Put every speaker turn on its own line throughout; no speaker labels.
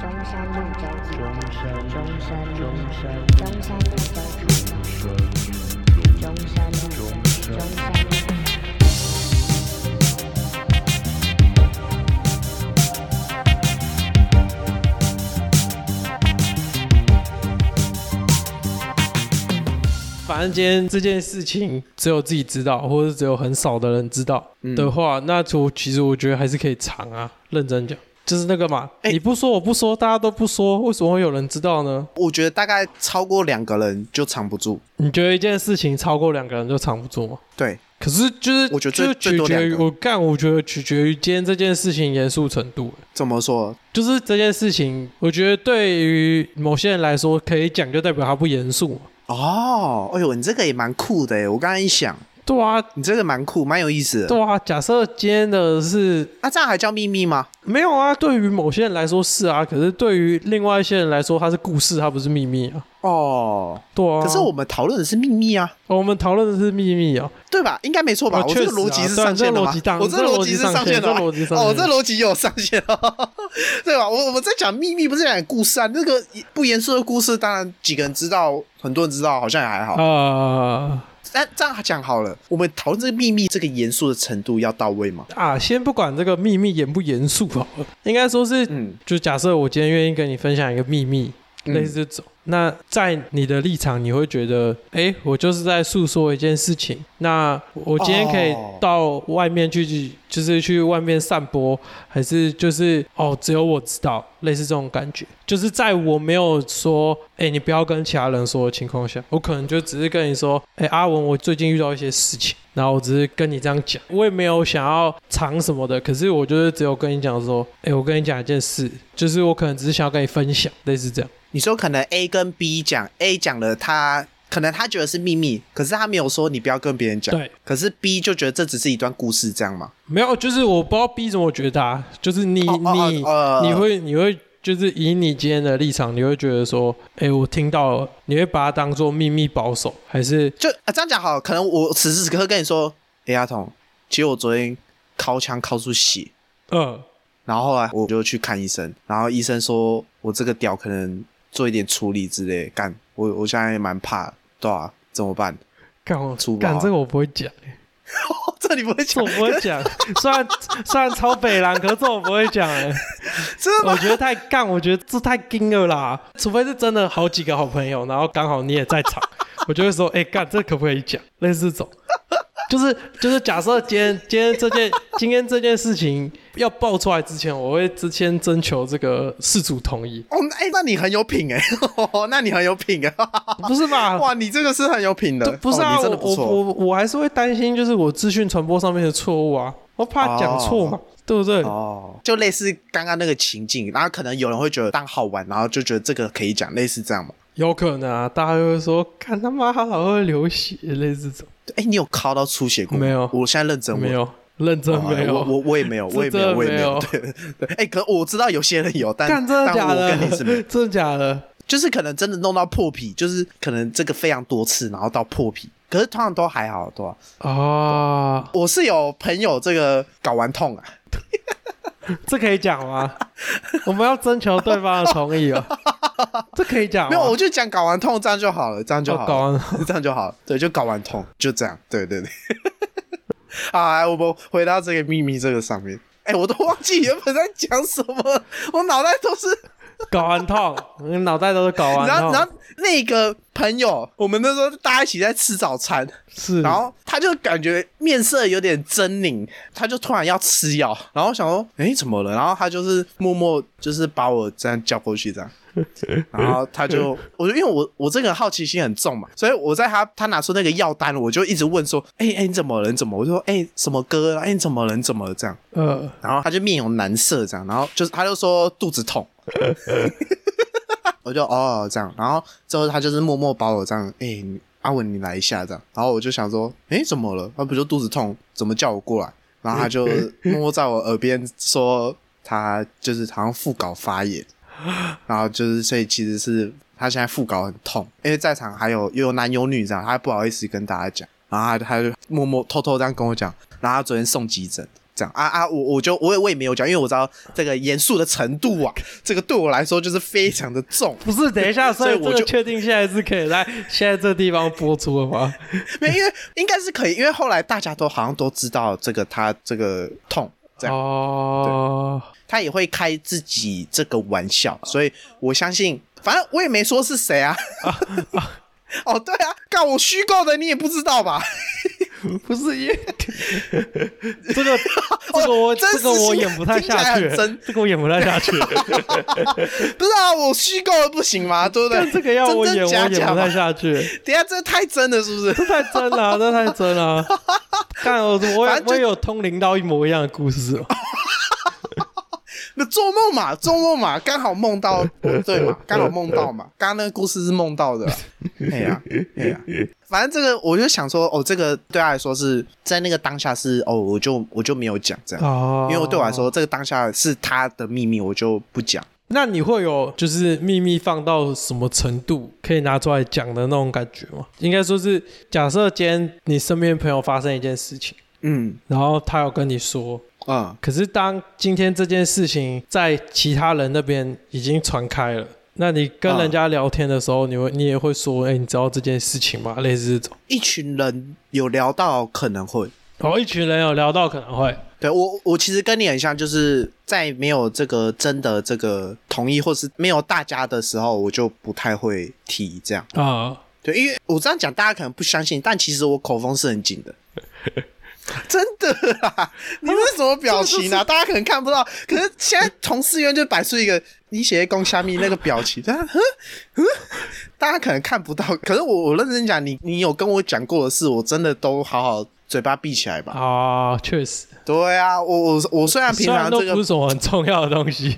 中山路中
中山路
中山路
中山路
中山路中中山路中山路。
反正今天这件事情只有自己知道，或者是只有很少的人知道
嗯
的话，那就其实我觉得还是可以藏啊，认真讲，就是那个嘛，
哎
你不说我不说，大家都不说，为什么会有人知道呢？
我觉得大概超过两个人就藏不住。
你觉得一件事情超过两个人就藏不住吗？
对，
可是就是
我觉得
就是
最最
取
多
决于
两个
我干，我觉得取决于今天这件事情严肃程度。
怎么说？
就是这件事情，我觉得对于某些人来说，可以讲就代表他不严肃嘛。
哦，哎呦，你这个也蛮酷的耶！我刚才一想，
对啊，
你这个蛮酷，蛮有意思的。
对啊。假设今天的是
那、这样还叫秘密吗？
没有啊，对于某些人来说是啊，可是对于另外一些人来说，它是故事，它不是秘密啊。
哦，
对啊，
可是我们讨论的是秘密啊，
哦我们讨论的是秘密啊。
对吧？应该没错吧？
哦
我
确
这
实
个
啊
逻辑是
对啊
上线的吗
这逻辑当？
我这
这逻
逻
辑
辑是
上线
线的吗？
这逻辑上线
哦，这逻辑有上线哦， 对吧？我我们在讲秘密，不是讲故事啊。那个不严肃的故事，当然几个人知道，很多人知道，好像也还好。
啊
那这样讲好了，我们讨论这个秘密这个严肃的程度要到位吗？
啊，先不管这个秘密严不严肃好了，应该说是，
嗯
就假设我今天愿意跟你分享一个秘密，
嗯
类似这种。那在你的立场，你会觉得，哎，我就是在诉说一件事情。那我今天可以
哦
到外面去，就是去外面散播，还是就是哦，只有我知道，类似这种感觉。就是在我没有说，哎，你不要跟其他人说的情况下，我可能就只是跟你说，哎，阿文，我最近遇到一些事情，然后我只是跟你这样讲，我也没有想要藏什么的，可是我就是只有跟你讲说，哎，我跟你讲一件事，就是我可能只是想要跟你分享，类似这样。
你说可能 A 跟 B 讲，A 讲了他，可能他觉得是秘密，可是他没有说你不要跟别人讲。
对。
可是 B 就觉得这只是一段故事，这样吗？
没有，就是我不知道 B 怎么觉得、啊，就是你、
哦哦
你、
呃
你会你会就是以你今天的立场，你会觉得说，哎，我听到了，你会把它当做秘密保守，还是
就啊，这样讲好了，可能我此时此刻跟你说，哎、阿童，其实我昨天掏枪掏出血，
呃，
然后后来我就去看医生，然后医生说我这个屌可能做一点处理之类，干，我我现在也蛮怕的，对啊，怎么办？
干我
粗暴
干这个我不会讲、欸，
哦、这你不会
这
讲
我，不会 讲，虽然虽然超北蓝，可是这我不会讲、欸，
真的吗
我觉得太干，我觉得这太硬了啦，除非是真的好几个好朋友，然后刚好你也在 场，我就会说，哎、干这可不可以讲？类似这种。就是就是，假设今天今天这件今天这件事情要爆出来之前，我会之前征求这个事主同意，
哦，哎、那你很有品 哎、那你很有品啊！
不是吧？
哇，你这个是很有品的，
不是啊，
哦、你真
我
的不
我我
错。
我我还是会担心，就是我资讯传播上面的错误啊，我怕讲错嘛，对不对？
哦，就类似刚刚那个情境，然后可能有人会觉得当好玩，然后就觉得这个可以讲，类似这样嘛。
有可能啊，大家就会说，看他妈他老会流血，类似这种，
哎、你有敲到出血过吗
没有
我现在认真我
没有认真
哦
没有，
我我我 也没有，
是
我也没有，
真的
我也
没有
对对，哎、可我知道有些人有，但
干真的
但
假
我
的？
跟你是没 有，
真的假的？
就是可能真的弄到破皮，就是可能这个非常多次，然后到破皮，可是通常都还好，对吧、
啊，
我是有朋友这个搞完痛啊，
这可以讲 吗？我们要征求对方的同意哦，这可以讲
没
吗？
有，我就讲搞完痛这样就好了，这样就好
啊哦
了，
搞完
这样就好了，对，就搞完痛，就这样，对对对。 啊，我们回到这个秘密这个上面，哎、我都忘记原本在讲什么了，我脑袋都是，
搞完痛，你脑袋都是搞完
然后然
痛
后，那个朋友，我们那时候大家一起在吃早餐，
是，
然后他就感觉面色有点狰狞，他就突然要吃药，然后我想说，哎，怎么了？然后他就是默默就是把我这样叫过去这样，然后他就，我就因为我我这个人好奇心很重嘛，所以我在他他拿出那个药单，我就一直问说，哎哎，你怎么了？你怎么了？我就说，哎，什么哥？哎，你怎么了？你怎么了？这样，
呃，
然后他就面有难色这样，然后就是他就说肚子痛， 我就哦这样，然后之后他就是默默把我这样，哎、你阿文你来一下这样，然后我就想说，哎、怎么了？他不就肚子痛，怎么叫我过来？然后他就默默在我耳边说，他就是好像副稿发炎，然后就是所以其实是他现在副稿很痛，因为在场还有有男有女这样，他不好意思跟大家讲，然后他他就默默偷偷这样跟我讲，然后他昨天送急诊，这样啊啊，我我就我也我也没有讲，因为我知道这个严肃的程度啊，这个对我来说就是非常的重。
不是，等一下，所
所以
以
我
我就
就
确定现在是可以在现在这地方播出了吗？
没，因为应该是可以，因为后来大家都好像都知道这个他这个痛，这样
哦，
他也会开自己这个玩
啊
笑，所以我相信，反正我也没说是谁啊。 哦，对啊，干我虚构的，你也不知道吧？
不是因为 这个这个我
哦真
这
实
个我
性
演不太
听起来
下去
很真，
这个我演不太下 去，
不是啊，我虚构的不 行吗？对不对
但？这个要我
真
演
真
我
假
演不
假嘛
太。下去，
等一下这太真了，是不是？
这太真了，这太真了。看我我也
反正就
我也有通灵到一模一样的故事哦，
那做梦嘛，做梦嘛，刚好梦到， 对嘛，刚好梦到嘛，刚刚那个故事是梦到 的啦，哎呀，哎呀，反正这个我就想说，哦，这个对他来说是在那个当下是，哦，我就我就没有讲这样，
哦
因为对我来说，这个当下是他的秘密，我就不讲。
那你会有就是秘密放到什么程度可以拿出来讲的那种感觉吗？应该说是，假设今天你身边朋友发生一件事情，
嗯
然后他有跟你说，
嗯，
可是当今天这件事情在其他人那边已经传开了，那你跟人家聊天的时候，你会你也会说，哎、你知道这件事情吗？类似这种。
一群人有聊到可能会，
然哦后一群人有聊到可能会，
对我，我其实跟你很像，就是在没有这个真的这个同意，或是没有大家的时候，我就不太会提这样。
啊、
对，因为我这样讲，大家可能不相信，但其实我口风是很紧的， 真的啦！你们是什么表 情啊？大家可能看不到，可是现在同事员就摆出一个你写公虾米那个表情， 大家哼哼大家可能看不到，可是我我认真讲，你你有跟我讲过的事，我真的都好好嘴巴闭起来吧。
啊，确实，
对啊，我我我虽然平
虽然
常
都
这
不是
个，
什么很重要的东 西，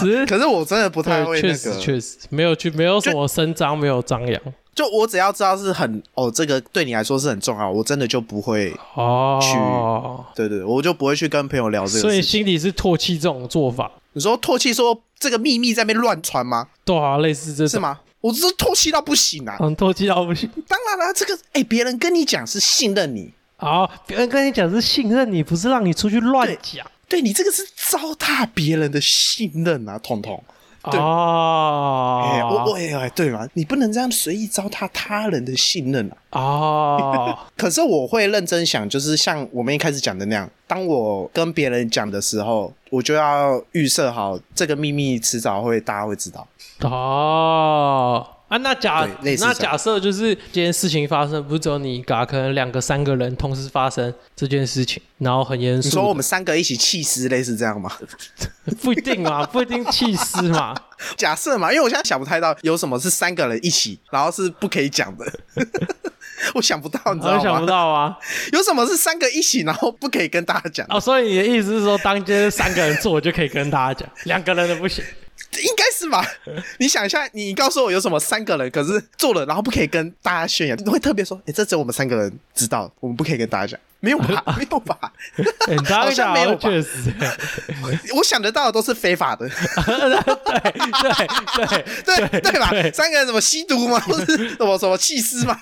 只是
可是我真的不太
对，
会
确
那
实
个。
确实没有去，没有什么声张，没有张扬
就我只要知道是很哦，这个对你来说是很重要，我真的就不会。
哦。
对对，对我就不会去跟朋友聊这个
所以
事情。
心里是唾弃这种做法，
你说唾弃说这个秘密在那边乱传吗？
对啊，类似这
是
种，
吗？我这是唾弃到不行啊！
嗯，唾弃到不行。
当然啦、这个哎，别人跟你讲是信任你，
好，别人跟你讲是信任你，不是让你出去乱讲
对你这个是糟蹋别人的信任啊，彤彤。对哎、我
哦
我哎哎，对嘛，你不能这样随意糟蹋他人的信任啊。
哦，
可是我会认真想，就是像我们一开始讲的那样，当我跟别人讲的时候，我就要预设好这个秘密迟早会大家会知道。
哦。啊，那假
对类似这
那
样
假设就是这件事情发生，不是只有你一个啊，可能两个、三个人同时发生这件事情，然后很严肃的。
你说我们三个一起弃尸，类似这样吗？
不一定 嘛，不一定气死嘛。
假设嘛，因为我现在想不太到有什么是三个人一起，然后是不可以讲的。 我想不到，你
嗯
知
我
道
想不
吗？
到啊！
有什么是三个一起，然后不可以跟大家讲？
哦，所以你的意思是说，当今天三个人做，我就可以跟大家讲，两个人的不行。
应该是吧？ 你想一下，你告诉我有什么三个人，可是做了，然后不可以跟大家宣扬，你会特别说，哎、这只有我们三个人知道，我们不可以跟大家讲，没有吧？ 没有吧？
欸、你这样
好
讲
像没有吧
确 实，
我想得到的都是非法的，
对对
对对吧
对？
三个人什么吸毒吗？或是什么什么弃尸嘛？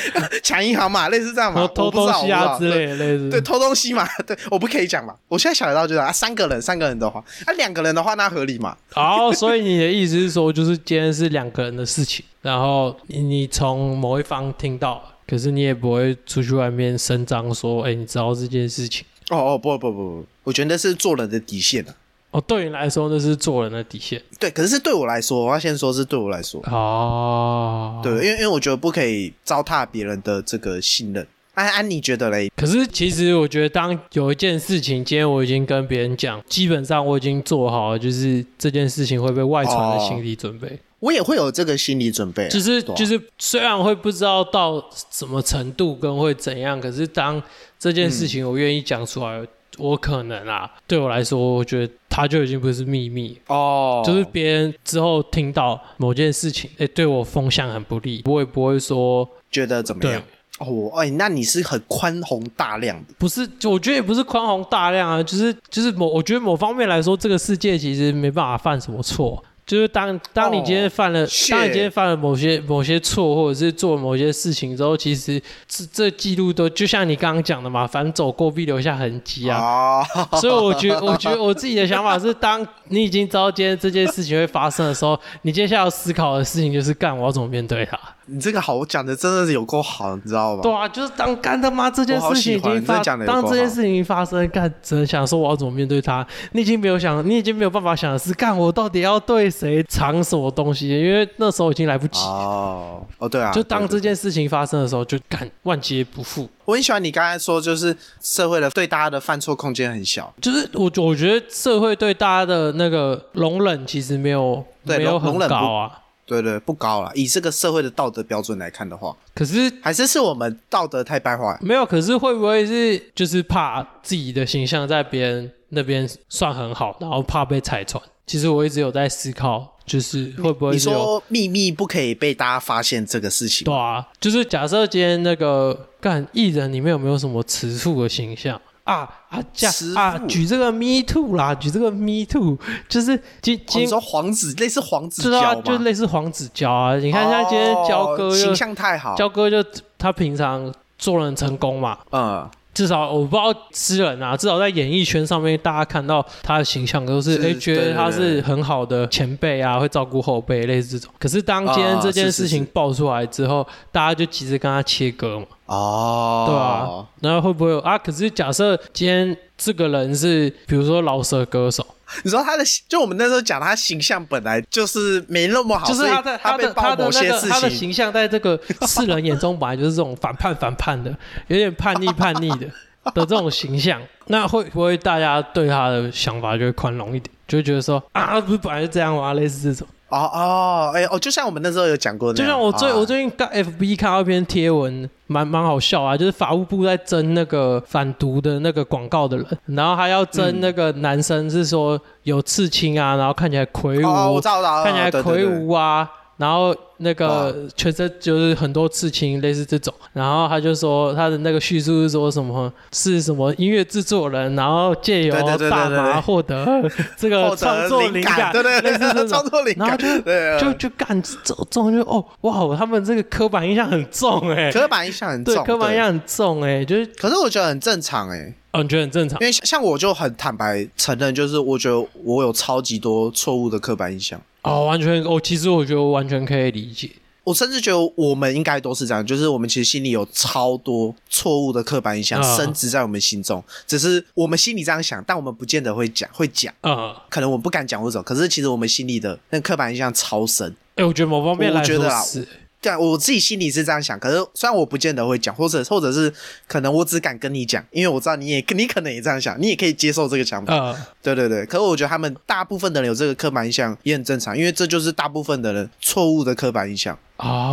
抢银行嘛？类似这样嘛
对，？ 偷
我不知
东
道
西啊之。类
我不知道
的，类似
对，偷东西嘛， 对我不可以讲嘛。我现在想得到就是啊，三个人，三个人的话，啊，两个人的话那合理嘛？
好，所以你的意思是说，就是今天是两个人的事情，然后你你从某一方听到，可是你也不会出去外面声张说，哎、你知道这件事情。
哦哦，不不不不，我觉得是做人的底线啊。
哦，对你来说那是做人的底线
对，可是是对我来说，我要先说是对我来说，
哦。
对，因为因为我觉得不可以糟蹋别人的这个信任。安安，你觉得嘞？
可是，其实我觉得，当有一件事情，今天我已经跟别人讲，基本上我已经做好了，就是这件事情会被外传的心理准备。
我也会有这个心理准备啊、
就是
对啊
就是，虽然会不知道到什么程度跟会怎样，可是当这件事情我愿意讲出来，我可能啊，对我来说，我觉得它就已经不是秘密。
哦，
就是别人之后听到某件事情，哎、对我风向很不利，我也不会说
觉得怎么样
对？
哦，我哎、那你是很宽宏大量的
不是，就我觉得也不是宽宏大量啊，就是就是某，我觉得某方面来说，这个世界其实没办法犯什么错，就是当当你今天犯了，
shit
当你今天犯了某些某些错，或者是做某些事情之后，其实这这记录都就像你刚刚讲的嘛，反走过必留下痕迹啊。
啊，
所以我觉得，我觉得我自己的想法是，当你已经知道今天这件事情会发生的时候，你接下来要思考的事情就是干我要怎么面对它。
你这个好，我讲的真的是有够好，你知道吧？
对啊，就是当干他妈这件事情已
我好
经
喜欢真
发
的讲得，有够好
当这件事情发生，干只能想说我要怎么面对它。你已经没有想，你已经没有办法想的是，干我到底要对谁藏什么东西？因为那时候已经来不及。
哦哦，对啊，
就当
对
这件事情发生的时候，就干万劫不复。
我很喜欢你刚才说，就是社会的对大家的犯错空间很小，
就是我我觉得社会对大家的那个容忍其实没有
对
没有
容
很
容忍不
高啊。
对对，不高啦。以这个社会的道德标准来看的话，
可是
还是是我们道德太败坏。
没有，可是会不会是就是怕自己的形象在别人那边算很好，然后怕被拆穿？其实我一直有在思考，就是会不会
你
是有
说秘密不可以被大家发现这个事情
哦
哦
对，啊？就是假设今天那个干艺人里面有没有什么吃醋的形象？啊啊，这样
吃醋
啊，举这个 me too 啦，举这个 me too，就是今
哦你
今
说黄子类似黄子
知
佼
道啊
吗？
就类似黄子佼啊，你看像今天焦哥
哦
就
形象太好，
焦哥就他平常做人成功嘛，
嗯，
至少我不知道私人啊，至少在演艺圈上面，大家看到他的形象都是
是
哎、诶觉
对
得
对
他
对
是很好的前辈啊，会照顾后辈，类似这种。可是当今天
啊
这件
是是
事情
是
爆出来之后，大家就急着跟他切割嘛，
哦，
对啊，然后会不会有啊？可是假设今天这个人是比如说老舌歌手，
你说他的，就我们那时候讲他形象本来就是没那么好，
就是
所以
他
他
的他
被
的
爆
他的
某
那
些
个
事
他的
情
形象，在这 个世人眼中本来就是这种反叛反叛的，有点叛逆叛逆的的这种形象。那会不会大家对他的想法就会宽容一点，就会觉得说啊，不是本来就这样吗？类似这种。
哦哦，哎、哦，就像我们那时候有讲过那
就
样，
像我最、
啊
我最近看 FB 看到一篇贴文，蛮蛮好笑啊，就是法务部在争那个反毒的那个广告的人，然后还要
嗯
争那个男生是说有刺青啊，然后看起来魁梧，
哦，我知道，我知道
看起来
对对
魁
对
梧啊，然后那个全身就是很多刺青，类似这种。然后他就说他的那个叙述是说什么是什么音乐制作人，然后借由
对对对对
大
对对
麻获得 这个
获
创
得
作
呃灵
感，
对 对
类似这
对，
种
创作灵
然后
感，
就
对，
就就干这种就哦哇，他们这个刻板印象很重哎、
刻板印象很
对
重，
刻板印
对
象很重哎、就是
可是我觉得很正常哎、欸，
哦你觉得很正常
因为像像我就很坦白承认，就是我觉得我有超级多错误的刻板印象，
哦，完全哦，其实我觉得我完全可以理解。
我甚至觉得我们应该都是这样，就是我们其实心里有超多错误的刻板印象
啊
深植在我们心中，只是我们心里这样想，但我们不见得会讲，会讲，
嗯，
可能我们不敢讲或者什么，可是其实我们心里的那个刻板印象超深。
哎、我觉得某方面
我
来
觉
说
得啊
是，
对啊，我自己心里是这样想，可是虽然我不见得会讲，或者或者是可能我只敢跟你讲，因为我知道你也你可能也这样想，你也可以接受这个想法。
呃，
对对对，可是我觉得他们大部分的人有这个刻板印象也很正常，因为这就是大部分的人错误的刻板印象。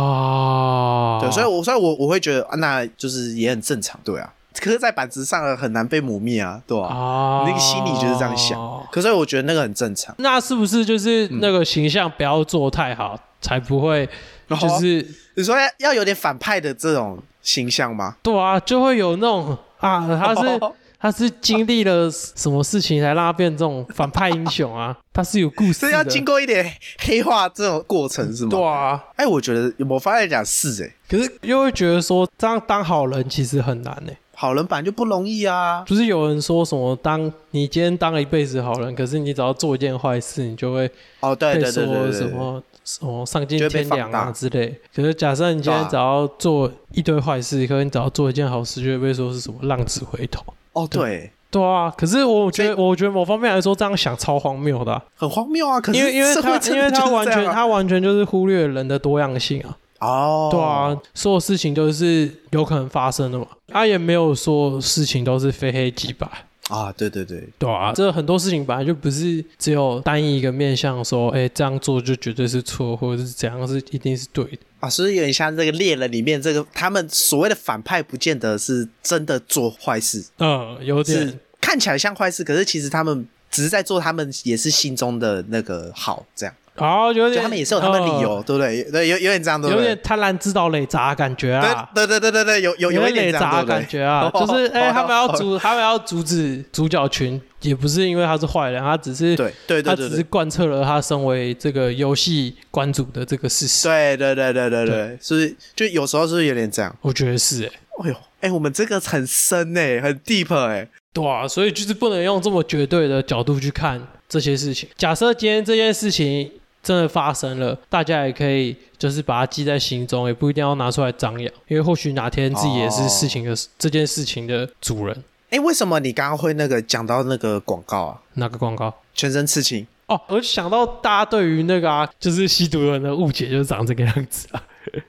哦，
对，所以我所以我我会觉得、啊，那就是也很正常，对啊。可是，在板子上了很难被抹灭啊，对吧、啊？
哦，
那个心里就是这样想。可是我觉得那个很正常，
那是不是就是
嗯
那个形象不要做太好，才不会
然
就
后
是
你说要要有点反派的这种形象吗？
对啊，就会有那种啊，他是
哦
他是经历了什么事情才让他变这种反派英雄啊？他是有故事
所
的，
以要经过一点黑化这种过程是吗？
对啊。
哎、我觉得我发现讲是哎、
可是又会觉得说，这样当好人其实很难呢、欸
好人本来就不容易啊。
就是有人说什么，当你今天当了一辈子好人，可是你只要做一件坏事，你就会
哦，对
被
对对
说
对
什
对对，
么什么上进
就会被
天良
放
啊
大
之类。可是假设你今天
对啊
只要做一堆坏事，可是你只要做一件好事，就会被说是什么浪子回头。
哦对，
对啊，可是我觉得，
所
我觉得某方面来说，这样想超荒谬的啊、
很荒谬啊。可是
因为因为
社会
他
真
因为
的就
他
是
完
这样
全
啊
他完全就是忽略人的多样性啊。
哦，
对啊，所有事情都是有可能发生的嘛，他也没有说事情都是非黑即白。
啊，对对对，
对啊，这很多事情本来就不是只有单一一个面向说，哎，这样做就绝对是错，或者是怎样是一定是对的。
啊，所以有点像这个猎人里面这个他们所谓的反派，不见得是真的做坏事，
嗯，有
是
点
看起来像坏事，可是其实他们只是在做他们也是心中的那个好，这样
哦，有
就
点
他们也是有他们理由，对不对？对，有有点这样，对
呃
不
哦有
对
点？贪婪自导累杂的感觉啊。
对对对对对，有有有一
点
点
累
这样
杂的
对不对
感觉啊，
哦
就是哎、
哦
他们要
哦
阻，他们要阻止主角群，也不是因为他是坏人，他只是
对对
他
对对
只
对
是贯彻了他身为这个游戏关主的这个事实。
对对对对对对，所以就有时候是不是有点这样。
我觉得是哎、
哎呦，哎，我们这个很深哎，很 deep 哎，
对啊，所以就是不能用这么绝对的角度去看这些事情。假设今天这件事情真的发生了，大家也可以就是把它记在心中，也不一定要拿出来张扬，因为或许哪天自己也是事情的、这件事情的主人。
哎，为什么你刚刚会那个讲到那个广告啊？
哪个广告？
全身刺青，
哦，我就想到大家对于那个啊，就是吸毒人的误解就是长这个哦样子啊。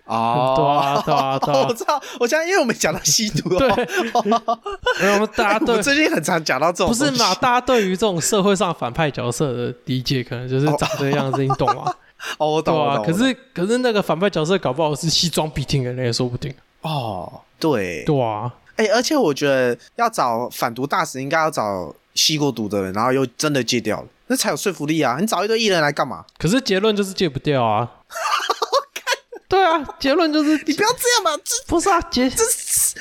哦
对啊对啊对啊
我知道，我现在因为我们讲到吸 毒、哦，
然后大家
我
对
最近很常讲到这种，
不是嘛？？大家对于这种社会上反派角色的理解，可能就是长这个样子，你懂 吗？
哦，我
对
哦懂，我
啊。
懂。
可
我懂
是可是那个反派角色搞不好是西装笔挺的人也说不定。
哦， 对，
对啊，
哎、而且我觉得要找反毒大使，应该要找吸过毒的人，然后又真的戒掉了，那才有说服力啊！你找一堆艺人来干嘛？
可是结论就是戒不掉 啊。对啊，结论就是
你不要这样嘛，这
不是啊结
这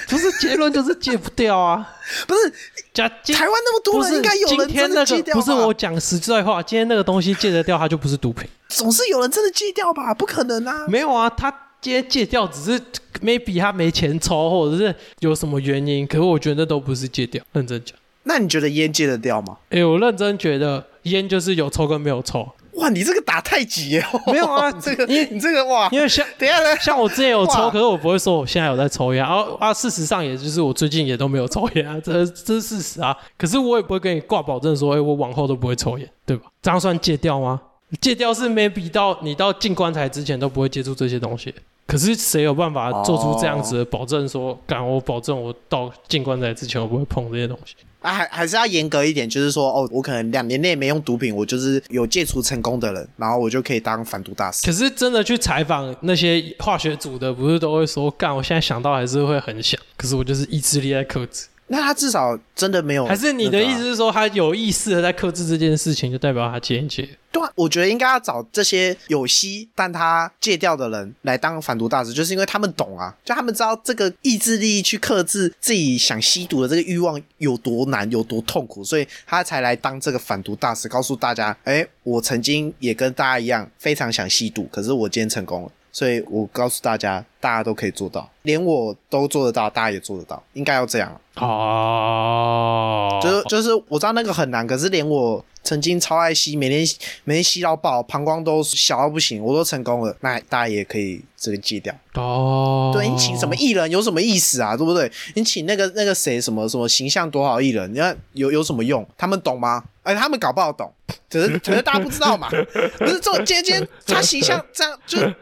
不是结论就是戒不掉啊。
不是
假今
台湾那么
不
多人，
是
应该有
今
人
天
真
那
的
个
戒掉吧？
不是我讲实在话，今天那个东西戒得掉，它就不是毒品。
总是有人真的戒掉吧？不可能 啊！
没有啊，他今天戒掉只是 maybe 他没钱抽，或者是有什么原因，可是我觉得都不是戒掉。认真讲，
那你觉得烟戒得掉吗？
哎、我认真觉得烟就是有抽跟没有抽，
哇，你这个打太极耶！
没有啊
这个
因为
你这个哇，
因为像，
等一下呢
像我之前有抽，
哇
可是我不会说我现在有在抽烟，然后啊，事实上也就是我最近也都没有抽烟啊，这这是事实啊。可是我也不会跟你挂保证说，哎、我往后都不会抽烟，对吧？这样算戒掉吗？戒掉是 maybe 到你到进棺材之前都不会接触这些东西。可是谁有办法做出这样子的保证说敢我保证我到进棺材之前我不会碰这些东西？
啊，还还是要严格一点，就是说，哦，我可能两年内没用毒品，我就是有戒除成功的人，然后我就可以当反毒大使。
可是真的去采访那些化学组的，不是都会说干？我现在想到还是会很想，可是我就是意志力在克制。
那他至少真的没有、啊
还是你的意思？是说，他有意识的在克制这件事情，就代表他间接？
对、啊，我觉得应该要找这些有吸但他戒掉的人来当反毒大使，就是因为他们懂啊，就他们知道这个意志力去克制自己想吸毒的这个欲望有多难、有多痛苦，所以他才来当这个反毒大使，告诉大家：哎，我曾经也跟大家一样非常想吸毒，可是我今天成功了。所以我告诉大家，大家都可以做到，连我都做得到，大家也做得到，应该要这样啊。
哦，
就是就是我知道那个很难，可是连我曾经超爱吸，每天每天吸到爆，膀胱都小到不行，我都成功了，那大家也可以这个戒掉。
哦，
对哎你请什么艺人有什么意思啊？对不对？你请那个那个谁什么什么形象多好艺人，你看有有什么用？他们懂吗？哎，他们搞不好懂，只是可是大家不知道嘛。不是这种今天今天他形象这样，就是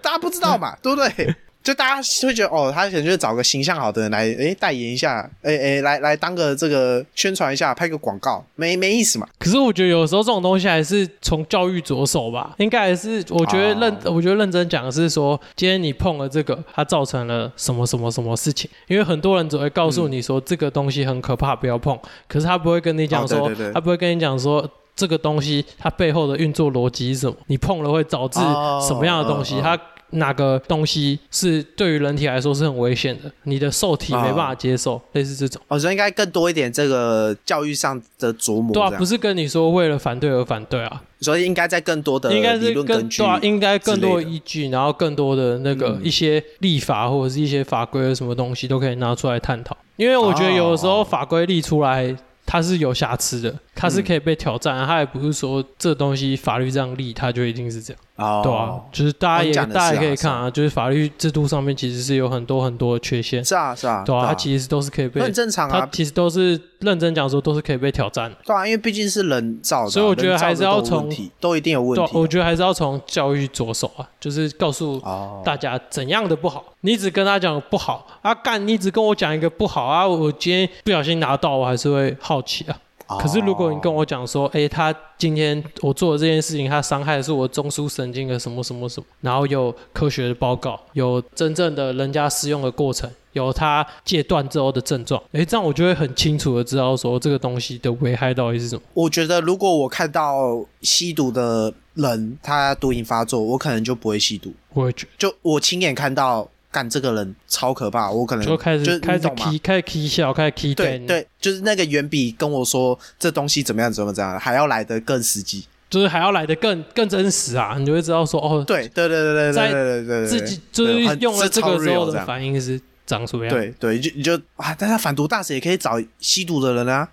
大家不知道嘛，对不对？就大家会觉得哦，他可能就是找个形象好的人来，哎，代言一下，哎哎，来来当个这个宣传一下，拍个广告，没没意思嘛。
可是我觉得有时候这种东西还是从教育着手吧，应该还是我觉得
啊
认，我觉得认真讲的是说，今天你碰了这个，它造成了什么什么什么事情？因为很多人只会告诉你说、这个东西很可怕，不要碰，可是他不会跟你讲
哦
说，
对对对
他不会跟你讲说。这个东西它背后的运作逻辑是什么？你碰了会导致
哦
什么样的东西？
嗯嗯
它哪个东西是对于人体来说是很危险的？你的受体没办法接受，
啊
类似这种。
我觉哦得应该更多一点这个教育上的琢磨，
对啊，
这样
不是跟你说为了反对而反对啊，
所以应该在更多的
应该
理
是
论
更
根据
对啊，应该更多
之类的嗯
依据，然后更多的那个一些立法或者是一些法规啊的什么东西都可以拿出来探讨，因为我觉得有的时候
哦
法规立出来。它是有瑕疵的，它
嗯
是可以被挑战，它也不是说这东西法律这样立，它就一定是这样，
哦，
对啊，就是大家
哦
也
你讲的是啊
大家也可以看啊，就是法律制度上面其实是有很多很多的缺陷，
是啊，是啊，
对啊，它
啊，
其实都是可以被
那，很正常
它
啊，
其实都是认真讲说都是可以被挑战的，
对啊，因为毕竟是人造的啊，
所以我觉得还是要
人造的都有
从
问题，都一定有问
对啊，
题
我
啊。
觉得还是要从教育着手啊，就是告诉
哦，
大家怎样的不好，你只跟他讲不好啊，干你只跟我讲一个不好啊，我今天不小心拿到，我还是会好奇啊。
哦
可是如果你跟我讲说，诶，他今天我做的这件事情，他伤害的是我中枢神经的什么什么什么，然后有科学的报告，有真正的人家使用的过程，有他戒断之后的症状，诶，这样我就会很清楚的知道说这个东西的危害到底是什么。
我觉得如果我看到吸毒的人他毒瘾发作，我可能就不会吸毒。
我也觉得
就我亲眼看到，干这个人超可怕，我可能
就开
就
始
你
开始
懂吗
k 开始 k 笑，开始 k
对对，就是那个远比跟我说这东西怎么样怎么样还要来的更实际。
就是还要来的更更真实啊，你就会知道说哦，
对对对对对
在
对对对对，
自己就是
对很
用了
是
这
超
个之
real
后
这
的
样
反应是长什么样。
对对，你就你就啊，但他反毒大使也可以找吸毒的人啊。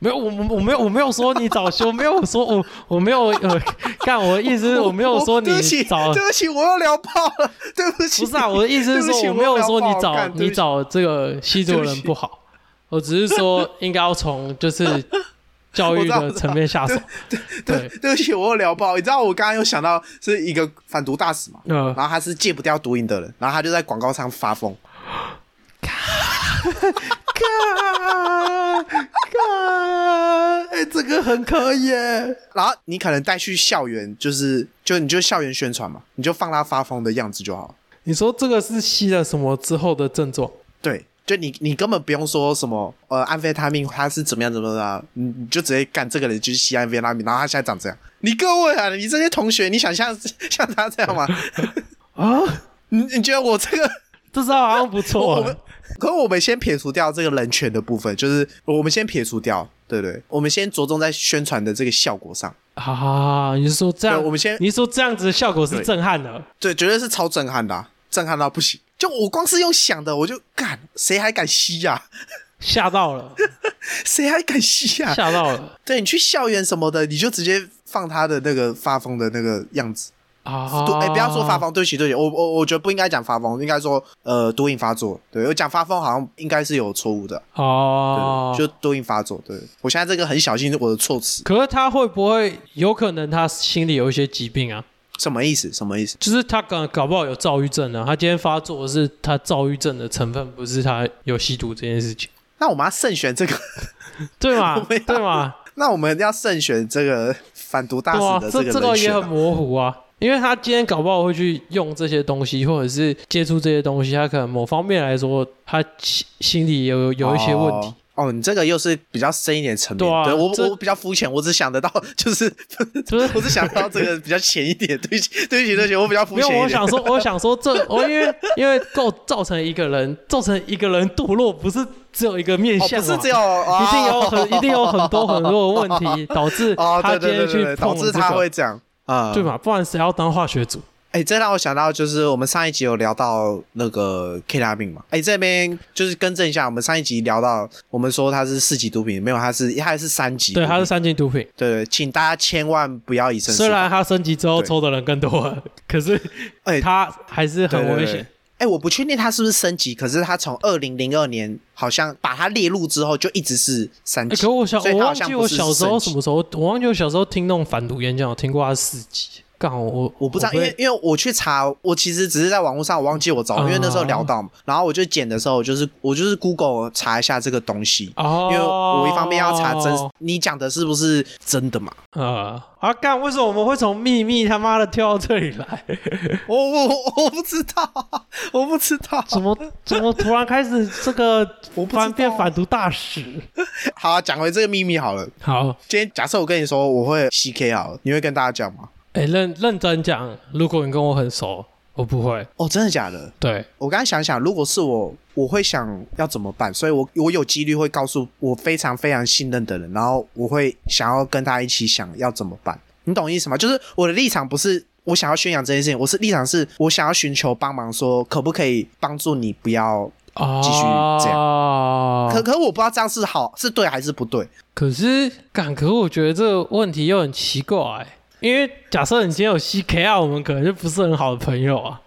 没有，我我我没有我没有说你早休， 没有说我我没有呃，干我的意 思是我没有说你
对不起，
早，
对不起，我又聊爆了，对不起。
不是啊，我的意思是
对不起
说我
我
没有说
聊
你
爆
找
干对不
你
起
找这个吸毒的人不好，我只是说应该要从 就是教育的层面下手，
对，对不起，我又聊爆。你知道我刚刚又想到是一个反毒大使嘛，
呃
然，后他是戒不掉毒瘾的人，然后他就在广告上发疯。
干干，
哎、这个很可以耶。 然后你可能带去校园，就是就你就校园宣传嘛，你就放他发疯的样子就好了。
你说这个是吸了什么之后的症状？
对，就你你根本不用说什么呃安非他命他是怎么样怎么样啊，你你就直接干这个人就是吸安非他命，然后他现在长这样。你各位啊，你这些同学，你想像 像他这样 吗？
啊，
你你觉得我这个？
这招好像不
我
错
们
欸，
可我们先撇除掉这个人权的部分，就是我们先撇除掉，对对，我们先着重在宣传的这个效果上，
啊！你是说这样？
对我们先
你是说这样子的效果是
对
震撼的？
对，绝对是超震撼的啊、震撼到不行。就我光是用想的，我就干，谁还敢吸呀、
吓到了，
谁还敢吸呀、
吓到了
对你去校园什么的，你就直接放他的那个发疯的那个样子。
啊！
对，哎、不要说发，疯，对不起，对不起，我我我觉得不应该讲发疯，应该说呃毒瘾发作。对我讲发疯好像应该是有错误的，对，
哦，
就毒瘾发作。对我现在这个很小心我的措辞，
可是他会不会有可能他心里有一些疾病啊？
什么意思？什么意思？
就是他搞搞不好有躁郁症啊，他今天发作的是他躁郁症的成分，不是他有吸毒这件事情，
那我们要慎选这个，
对嘛？
我没有
对嘛？
那我们要慎选这个反毒大
对啊
使，的
这
个
这
人
个也
选、
很
啊。
模糊啊，因为他今天搞不好会去用这些东西，或者是接触这些东西，他可能某方面来说，他心心里有有一些问题。
哦。哦，你这个又是比较深一点层面，
对啊
我
这
我比较肤浅，我只想得到 就是
就是
我只想到这个比较浅一点，对不起，对不起，对不起，我比较肤
没有，
浅
我
一点
想。说，我想说这，我因为因为构造成一个人，造成一个人堕落，不是只有一个面
哦，
向
不
嘛、
是只有，哦、
一定有很一定有很多很多的问题导致
哦，
他
对
今
对
天
对对
去
对，导
碰、这
致
个
他会这样啊，
对？嘛？不然谁要当化学组？
哎，这让我想到就是我们上一集有聊到那个 K 拉病嘛，哎，这边就是更正一下，我们上一集聊到我们说它是四级毒品，没有，它是它是三级毒
对，
品，
他是三级毒品。
对，请大家千万不要以身
虽
试
然
法。
他升级之后
对
抽的人更多了，可是
哎
他还是很
对对
危
对
险。
哎、我不确定它是不是升级，可是它从二零零二年好像把它列入之后，就一直是三
哎、
级。
可我小
所以
我
它
忘
好像
记
不
我
是
小时候
升级
什么时候，我忘记我小时候听那种反毒演讲，我听过他四级。干我我
我不知道，因为因为我去查，我其实只是在网络上，我忘记我找，因为那时候聊到嘛，
嗯
然后我就剪的时候，我就是我就是 Google 查一下这个东西，
哦，
因为我一方面要查 真，你讲的是不是真的嘛？
呃啊干，为什么我们会从秘密他妈的跳到这里来？
我我我我不知道，啊我不知 道。啊
怎么怎么突然开始这个
我不知
反变
道
反毒大使？
好，啊讲回这个秘密好了。
好，
今天假设我跟你说我会 CK 好了，你会跟大家讲吗？
哎、认认真讲，如果你跟我很熟，我不会。
哦，真的假的？
对，
我刚才想想，如果是我，我会想要怎么办，所以我我有几率会告诉我非常非常信任的人，然后我会想要跟他一起想要怎么办，你懂我意思吗？就是我的立场不是我想要宣扬这件事情，我是立场是我想要寻求帮忙，说可不可以帮助你不要。
啊，
继续这
样
可可我不知道这样是好是对还是不对，
可是，干，可是我觉得这个问题又很奇怪、因为假设你今天有啊 CKR，我们可能就不是很好的朋友啊。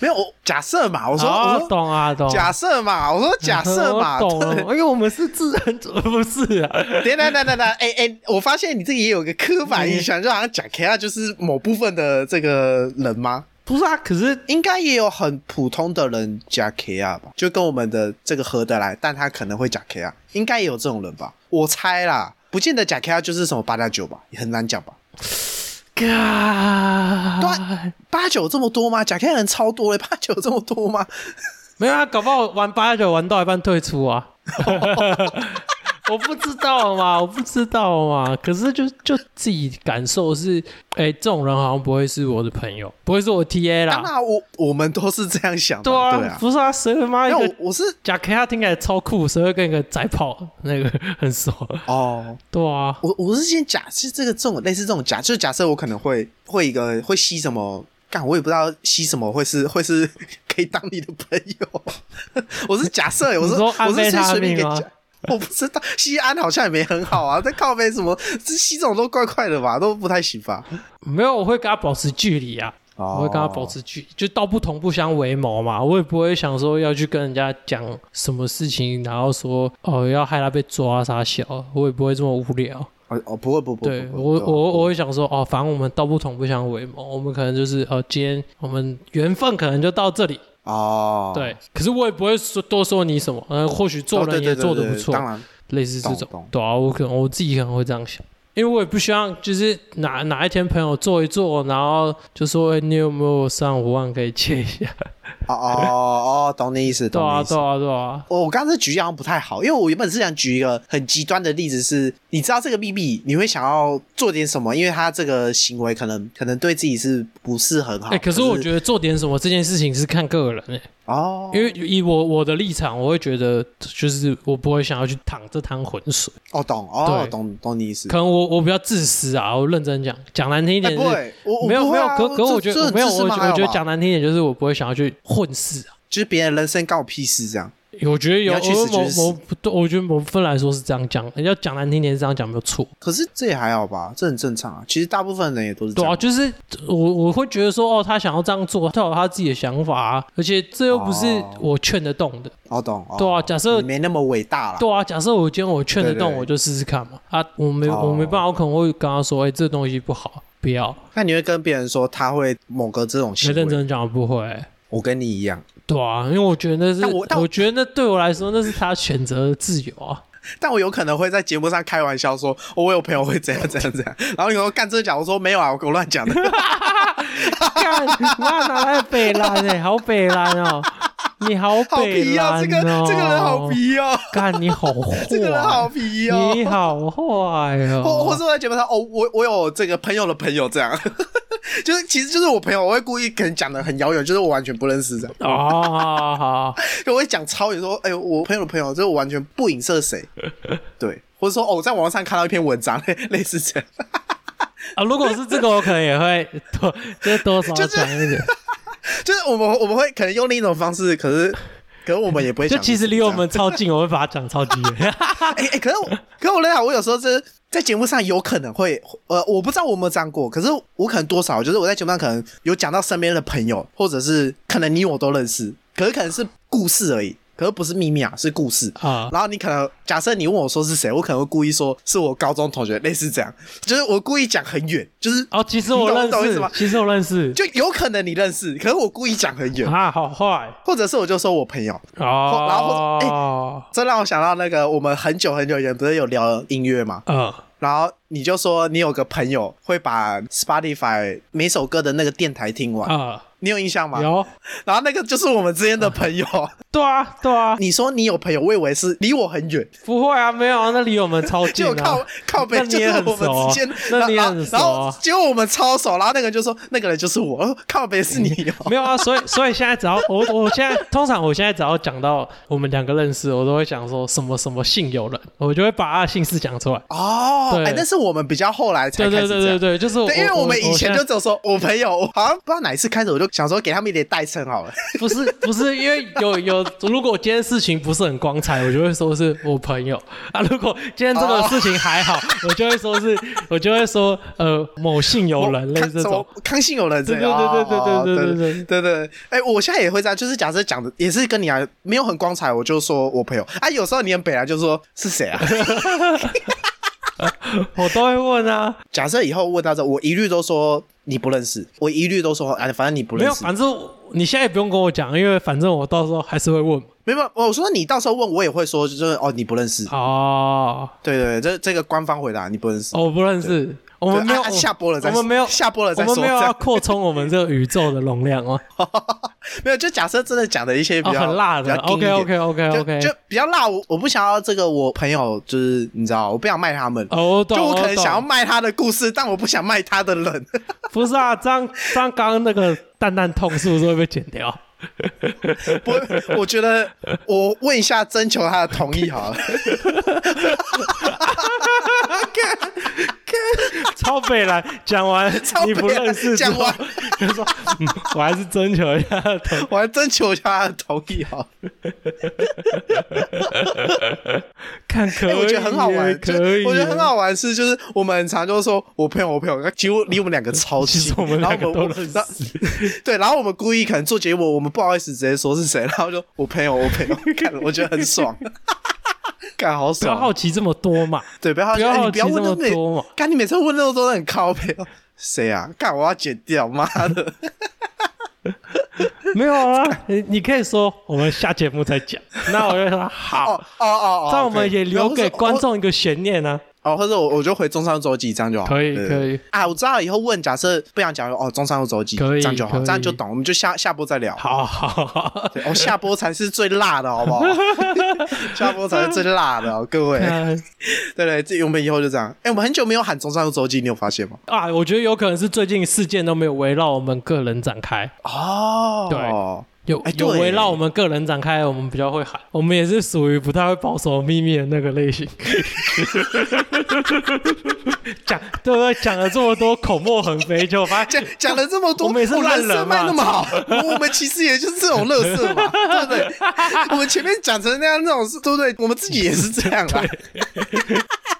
没有我假设嘛，我
我
说、我说
懂啊，懂。
假设嘛，我说假设嘛，
嗯 我懂了，因为我们是自然组， 不是啊？
等等等等等，哎哎，我发现你自己也有个刻
嗯
板印象，就好像讲 K 啊，就是某部分的这个人吗？
不是啊，可是
应该也有很普通的人加 K 啊吧，就跟我们的这个合得来，但他可能会加 K 啊，应该也有这种人吧？我猜啦，不见得加 K 啊就是什么八加九吧，也很难讲吧？
干，
八九这么多吗？加 K 的人超多嘞，八九这么多吗？
没有啊，搞不好玩八九玩到一半退出啊。我不知道嘛，我不知道嘛。可是就就自己感受是，哎、这种人好像不会是我的朋友，不会是我 TA
当
啦。
然我我们都是这样想嘛，
啊对
对
啊，
啊。
不是啊，谁会妈一
那
个
我我是
假 K 他听起来超酷，谁会跟一个宅炮那个很爽？
哦，
对啊，
我我是先假设这个这种类似这种假，就是假设我可能会会一个会吸什么。干，我也不知道吸什么会是会是可以当你的朋友。 我是假设欸，我是
你说
我是
安非
先
他
随便给
命吗
假，我不知道吸安好像也没很好啊，在靠背什么这吸这种都怪怪的吧，都不太行吧。
没有，我会跟他保持距离啊。
哦
我会跟他保持距离，就道不同不相为谋嘛。我也不会想说要去跟人家讲什么事情，然后说哦要害他被抓啥小，我也不会这么无聊。
哦哦，不会不会不会
对
不
我
会，
我我会想说哦，反正我们道不同不相为谋，我们可能就是哦，今天我们缘分可能就到这里。
哦，
对，可是我也不会说多说你什么，呃，或许做
哦对
人也
对对
做的
对
不
对
错，
当然，
类似这
懂
种
懂，
对啊，我可能我自己可能会这样想，因为我也不希望就是哪哪一天朋友做一做，然后就说、哎你有没有三五万可以借一下？
哦哦哦，哦懂你意思，
对
懂你
啊，
意思
对。啊，对啊，
哦我我刚刚这举例好像不太好，因为我原本是想举一个很极端的例子是，你知道这个秘密，你会想要做点什么，因为他这个行为可能可能对自己是不是很好。
哎、可是我觉得做点什么这件事情是看个人、欸，
得哦，
因为以我我的立场，我会觉得就是我不会想要去淌这滩浑水，
哦懂哦
对
懂懂你意思
可。能我我比较自私啊，我认真讲，讲难听一
哎、
点是、
不会，我我
没有没
不会
有，
啊
可可
这
我觉
这
得
很
没有，
自私
我
吗
觉
还
我
好啊
觉得
吧
讲难听一点就是我不会想要去混事啊。
就是别人人生干我屁事这样。
我觉得有
你要去
我
死
某
就是
某
死
不对，我觉得某部分来说是这样讲，要讲难听点是这样讲没有错。
可是这也还好吧，这很正常啊。其实大部分人也都是这
对啊，
样。
就是我我会觉得说，哦，他想要这样做，他有他自己的想法、啊，而且这又不是
哦
我劝得动的。
哦懂哦，
对啊，假设
你没那么伟大啦。
对啊，假设我今天我劝得
对对
动，
对
我就试试看嘛。啊，我没
哦
我没办法，我可能会跟他说，哎，这东西不好，不要。
那你会跟别人说他会某个这种
没
行
认
为？
真讲不会。
我跟你一样。
对啊，因为我觉得那是，
但我但我
觉得那对我来说那是他选择的自由啊。
但我有可能会在节目上开玩笑说，哦我有朋友会怎样怎样怎样，然后你说干真的假的？我说没有啊，我我乱 讲的。
干，妈哪来的北兰哎、好北兰哦、你好
好
北
皮
兰
哦，
哦、
这个这个人好，皮哦，
干你好坏，哦
这个人好皮哦。
你好坏
或
哦、
或是我在节目上，哦，我我有这个朋友的朋友这样， 就是其实就是我朋友，我会故意可能讲的很遥远，就是我完全不认识这样，
哦，好好好，
就我会讲超远说，哎、呦，我朋友的朋友，就是我完全不影 射谁，对，或者说哦，我在网上看到一篇文章， 类类似这样，
啊！如果是这个，我可能也会多，就是多少
就是
讲一点。
就是我们我们会可能用另一种方式，可是可是我们也不 会
就
想
其实
是
离
这
我
样
们超近，我会把它讲超 级远。
哎、哎，可是我，可是我在想，我有时候真的在节目上有可能会，呃，我不知道我有没有这样过，可是我可能多少，就是我在节目上可能有讲到身边的朋友，或者是可能你我都认识，可是可能是故事而已，可是不是秘密啊，是故事。
啊
然后你可能假设你问我说是谁，我可能会故意说是我高中同学，类似这样，就是我故意讲很远，就是
哦，其实
你
我
懂
认
懂我意思
识
吗，
其实我认识，
就有可能你认识，可是我故意讲很远，
啊，好坏
或者是我就说我朋友，然后哎
哦，
这让我想到那个我们很久很久以前不是有聊音乐吗？
嗯，
然后你就说你有个朋友会把 Spotify 每首歌的那个电台听完，
啊，
你有印象吗？
有，
然后那个就是我们之间的 朋友。
对啊，对啊，
你说你有朋友，我以为是离我很远，
不会啊，没有啊，那离我们超近
结果靠、
啊。
靠
那
北
你
就是
也很
我
熟
们
啊
之间，
那你也
然后
很熟
然
啊
后结果我们超熟，然后那个人就说那个人就是我，哦靠北是你 哦。
没有啊，所以所以现在只要我我现在通常我现在只要讲到我们两个认识，我都会讲说什么什么姓友人，我就会把他的姓氏讲出来。
哦，
对
哎，那是我们比较后来才
对对
开始这
对
样。
对对，就是我
对因为
我
我们以前
我
就
现
只有说我朋友，我好像不知道哪一次开始我就想说给他们一点代称好了。
在不是不是因为有有，如果今天事情不是很光彩，我就会说是我朋友啊；如果今天这个事情还 好，我就会说是我就会说呃某姓友人类
康
似这
什么
种。
康信有人这样，
对对
哦
对对对对对
对对。哎，我现在也会这样，就是假设讲的也是跟你啊没有很光彩，我就说我朋友啊，有时候你很北来就说是 谁啊？
我都会问啊，
假设以后问到这，我一律都说你不认识，我一律都说啊，反正你不
没
认
有，
识。
反正我你现在也不用跟我讲，因为反正我到时候还是会问嘛。
没有，我说你到时候问我也会说，就是哦你不认识。
哦，
对对对，这这个官方回答你不认识。
哦我不认识，我
对
们没有
啊啊下播了再
我们没有
下播了再
我们
说
没有
这
要
样
扩充我们这个宇宙的容量哦。
没有，就假设真的讲的一些比
哦，
较、
很辣
比
的
较硬一
，OK
点
OK OK
就
OK，
就比较辣。我我不想要这个，我朋友就是你知道，我不想卖他们，
哦，我懂，
就我可能
懂
想要卖他的故事，但我不想卖他的人。
不是啊，这样这样刚刚那个蛋蛋痛是不是会被剪掉？
不会，我觉得我问一下征求他的同意好了。
超北蓝讲完
超
你不
北蓝
认识之后
讲完，
就说、嗯、我还是征求一下同
我还征求一下他的同意好了。
看 可以、
哎、我觉得很好玩，就
可以，
我觉得很。好玩是，就是我们很常就说我朋友，我朋友，几乎离我们两个 超
其
近
实我，们
然
两
后
个
我
都
们
认
然后
识，
对，然后我们故意可能做节目，我们不好意思直接说是谁，然后就我朋友，我朋友， 看我觉得很爽， 干好
不要啊好
爽，啊
奇这么多 嘛，
对，不要好
不
奇，
要
哎
好奇
你不要
这
问
么
那么
多嘛。
干你每次问那么多都很靠背，谁啊？干我要剪掉，妈的！
没有啊，你你可以说我们下节目再讲。那我就说
哦
好，
哦哦，哦
这样我们也留给观。
可以
众一个悬念啊。
哦，或者我我就回中山周记这样就好。
可以
哦对
可以
啊，我知道以后问，假设不想讲哦，中山周记
可以
这样就好，
可以
这样就懂，我们就下下播再聊。
好好 好，
对，哦，下播才是最辣 的，好不好？下播才是最辣的、哦，各位。
看
对对，这我们以后就这样。哎、我们很久没有喊中山周记，你有发现吗？
啊，我觉得有可能是最近事件都没有围绕我们个人展开，
哦，
对有
哎对
有围绕我们个人展开，我们比较会喊，我们也是属于不太会保守秘密的那个类型。 讲对不对？讲了这么多口沫横飞，就发现
讲讲了这么多，
我们也是
哦
烂
蓝色
人
卖
嘛
那么好，我们其实也就是这种乐 色嘛，对不对？我们前面讲成那样那种事，对不对？我们自己也是这样啊。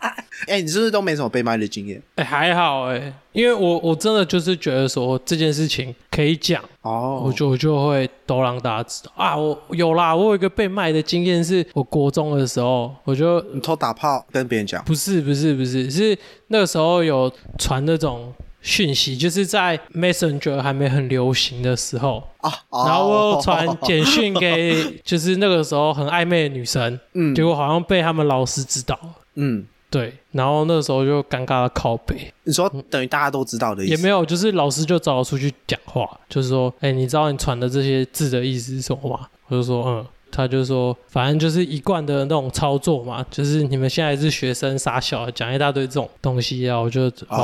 哎、你是不是都没什么被卖的经验？
哎、还好哎、因为我我真的就是觉得说这件事情可以讲，
哦
我就我就会都让大家知道啊。我有啦，我有一个被卖的经验，是我国中的时候，我就
你偷打炮跟别人讲，
不是不是不是，是那个时候有传那种讯息，就是在 Messenger 还没很流行的时候，
哦
然后我有传简讯 给就是那个时候很暧昧的女生，
嗯
结果好像被他们老师知道了。
嗯，
对，然后那个时候就尴尬的靠背，
你说等于大家都知道的意
嗯
思，
也没有，就是老师就找我出去讲话，就是说，哎、你知道你传的这些字的意思是什么吗？我就说，嗯，他就说，反正就是一贯的那种操作嘛，就是你们现在是学生傻小，讲一大堆这种东西啊，我就哦，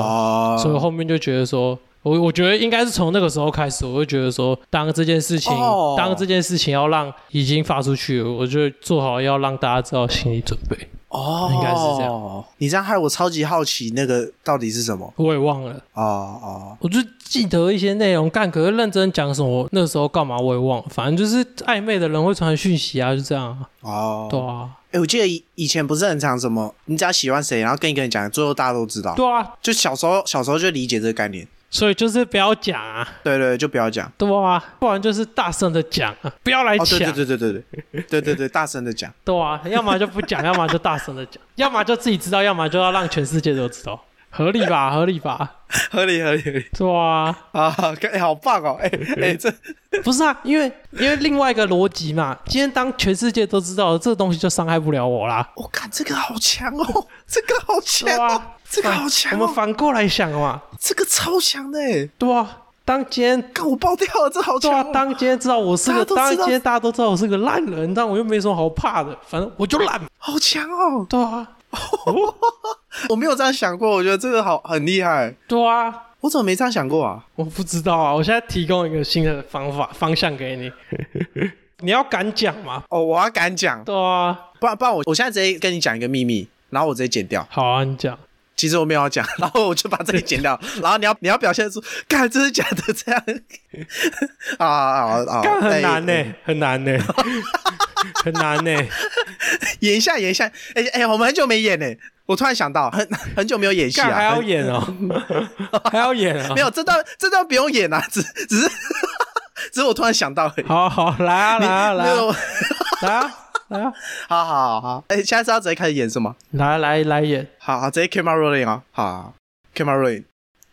哦，
所以后面就觉得说。我我觉得应该是从那个时候开始，我就觉得说，当这件事情
哦
当这件事情要让已经发出去了，我就做好要让大家知道心理准备。
哦，
应该是这
样。你这样害我超级好奇，那个到底是什么？
我也忘了，
哦哦，
我就记得一些内容，干可是认真讲什么，那时候干嘛我也忘了。反正就是暧昧的人会传讯息啊，就这样啊。
哦，
对啊，
哎、我记得以以前不是很常什么，你只要喜欢谁，然后跟一个人讲，最后大家都知道。
对啊，
就小时候小时候就理解这个概念。
所以就是不要讲啊，
对对，就不要讲。
对啊，不然就是大声的讲啊，不要来
哦，对
抢，
对对对对对对对对，大声的讲。
对啊，要么就不 讲，要么就大声的讲，要么就自己知道，要么就要让全世界都知道，合理 吧？合理吧？
合理合理合理
对啊。
啊！看、哎好棒哦！哎、哎、这
不是啊，因为因为另外一个逻辑嘛，今天当全世界都知道了，这个东西就伤害不了我啦。
我看、哦这个好强 哦，这个好强
对
哦
啊，
这个好强
我们
哦，
反过来想嘛，
这个超强的哎！
对啊，当今天
看我爆掉了，这好
对
强、
啊，
哦！
当今天知道我是个，
大家都知道
当然今天大家都知道我是个烂人，但我又没什么好怕的，反正我就烂，
好强哦！
对啊，
我没有这样想过，我觉得这个好很厉害。
对啊。
我怎么没这样想过啊？
我不知道啊，我现在提供一个新的方法方向给 你，你要敢讲嘛？
哦，我要敢讲，
对啊，
不然不然我我现在直接跟你讲一个秘密，然后我直接剪掉。
好啊，你讲，
其实我没有要讲， 然后我就把这里剪 掉，然后你要你要表现出，干真的假的这样 啊啊啊！
干很难呢、
哎
很难 呢、很难呢、
演一下演一下，哎哎，我们很久没演呢，我突然想到，很很久没有演戏
干
啊，
还要
很嗯
演哦、还要演啊、
没有这段这段不用演啊，只只是 只是我突然想到而已。
好好来啊来啊来
没有
啊来啊来啊
好好好，哎，下次要直接开始演是吗？
来啊来来演，
好好，直接 camera rolling 啊，好，camera rolling，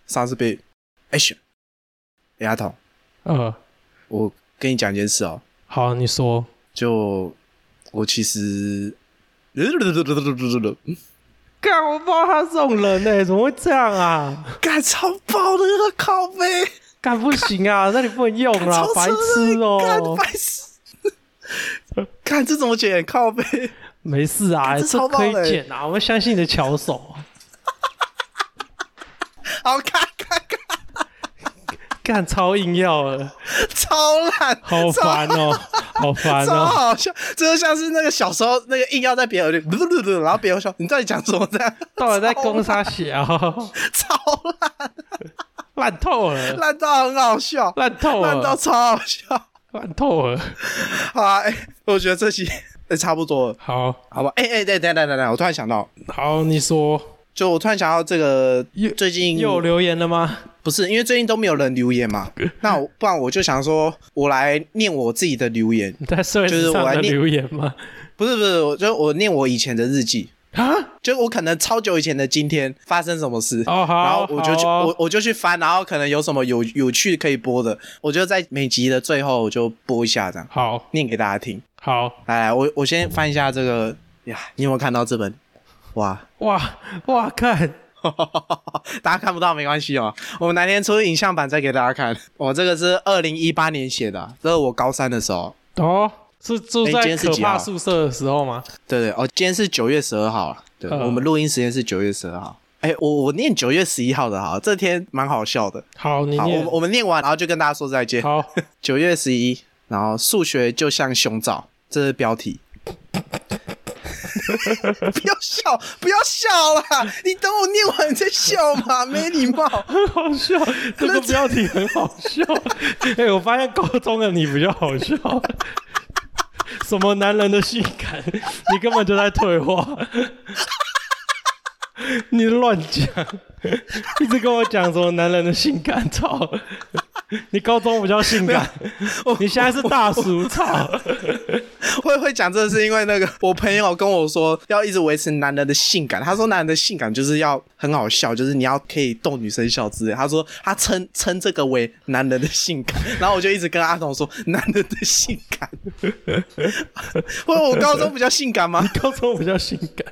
三四 B action，哎丫头，
呃，
我跟你讲一件事哦，
好，你说，
就我其实，
呃干， 我不知道他这种人呢、怎么会这样啊？
干超爆的那个靠背，
干不行啊，那你不能用啦
超，
白
扯的
痴哦、
干白痴，看这怎么剪靠背？
没事啊，
干这超
可以
棒的
剪啊，我们相信你的巧手啊。
好看，看看，
干超硬要了，
超烂，
好
超
烦哦、好烦
超
哦、
好笑，这就像是那个小时候那个硬要在别人耳朵，然后别人说你到底讲什么 这样，
到底在攻杀小，
超烂，
烂透了，
烂到很好笑，
烂透
烂到
了，
超好笑。
烂透了。
好啊，哎我觉得这期哎差不多了，
好
好吧？哎哎，对，等一下等一下等一下，我突然想到，
好，你说
就我突然想到这个
又
最近
又有留言了吗？
不是因为最近都没有人留 言嘛，那我不然我就想说，我来念我自己的留言，
你在社
就是
会上
我来
的
念
留言吗？
不是不是，我就我念我以前的日记，
啊，
就我可能超久以前的今天发生什么事，
哦好，
然后我就去、
好哦
我我就去翻，然后可能有什么有有趣可以播的，我就在每集的最后我就播一下，这样
好
念给大家听。
好
来来，我我先翻一下这个呀，你有没有看到这本？哇，
哇哇，看
大家看不到没关系哦，我们哪天出影像版再给大家看。我这个是二零一八年写的啊，这是我高三的时候。
哦，是住
哎今
在
天是
可
几
怕
号
宿舍的时候吗？
对对，哦，今天是九月十二号啊，对，
嗯
我们录音时间是九月十二号。哎，我我念九月十一号的好，这天蛮好笑的。
好，你
好，我
念
们我们念完，然后就跟大家说再见。
好，
九月十一，然后数学就像胸罩，这是 标题。 不要笑，不要笑啦！你等我念完再笑嘛，没礼貌。
很好笑，这个标题很好笑。 哎、我发现高中的你比较好笑， 什么男人的性感，你根本就在退化， 你乱讲，一直跟我讲什么男人的性感，操！你高中比较性感，你现在是大叔，操！
会会讲这个是因为那个我朋友跟我说，要一直维持男人的性感。他说男人的性感就是要很好笑，就是你要可以逗女生笑之类。他说他称称这个为男人的性感，然后我就一直跟阿童说男人的性感。我我高中比较性感吗？
高中比较性感。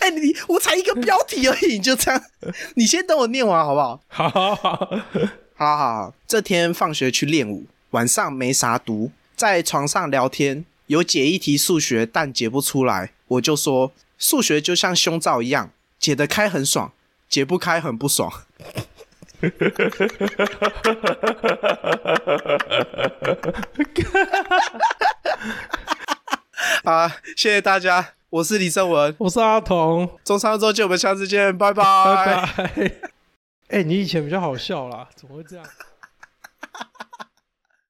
哎、你我才一个标题而已，你就这样，你先等我念完好不好？
好好好，
好好好，这天放学去练舞，晚上没啥读，在床上聊天，有解一题数学但解不出来，我就说数学就像胸罩一样，解得开很爽，解不开很不爽。 啊，谢谢大家，我是李正文，
我是阿童，
中山周记，我们下次见，拜
拜拜。哎、你以前比较好笑啦，怎么会这样？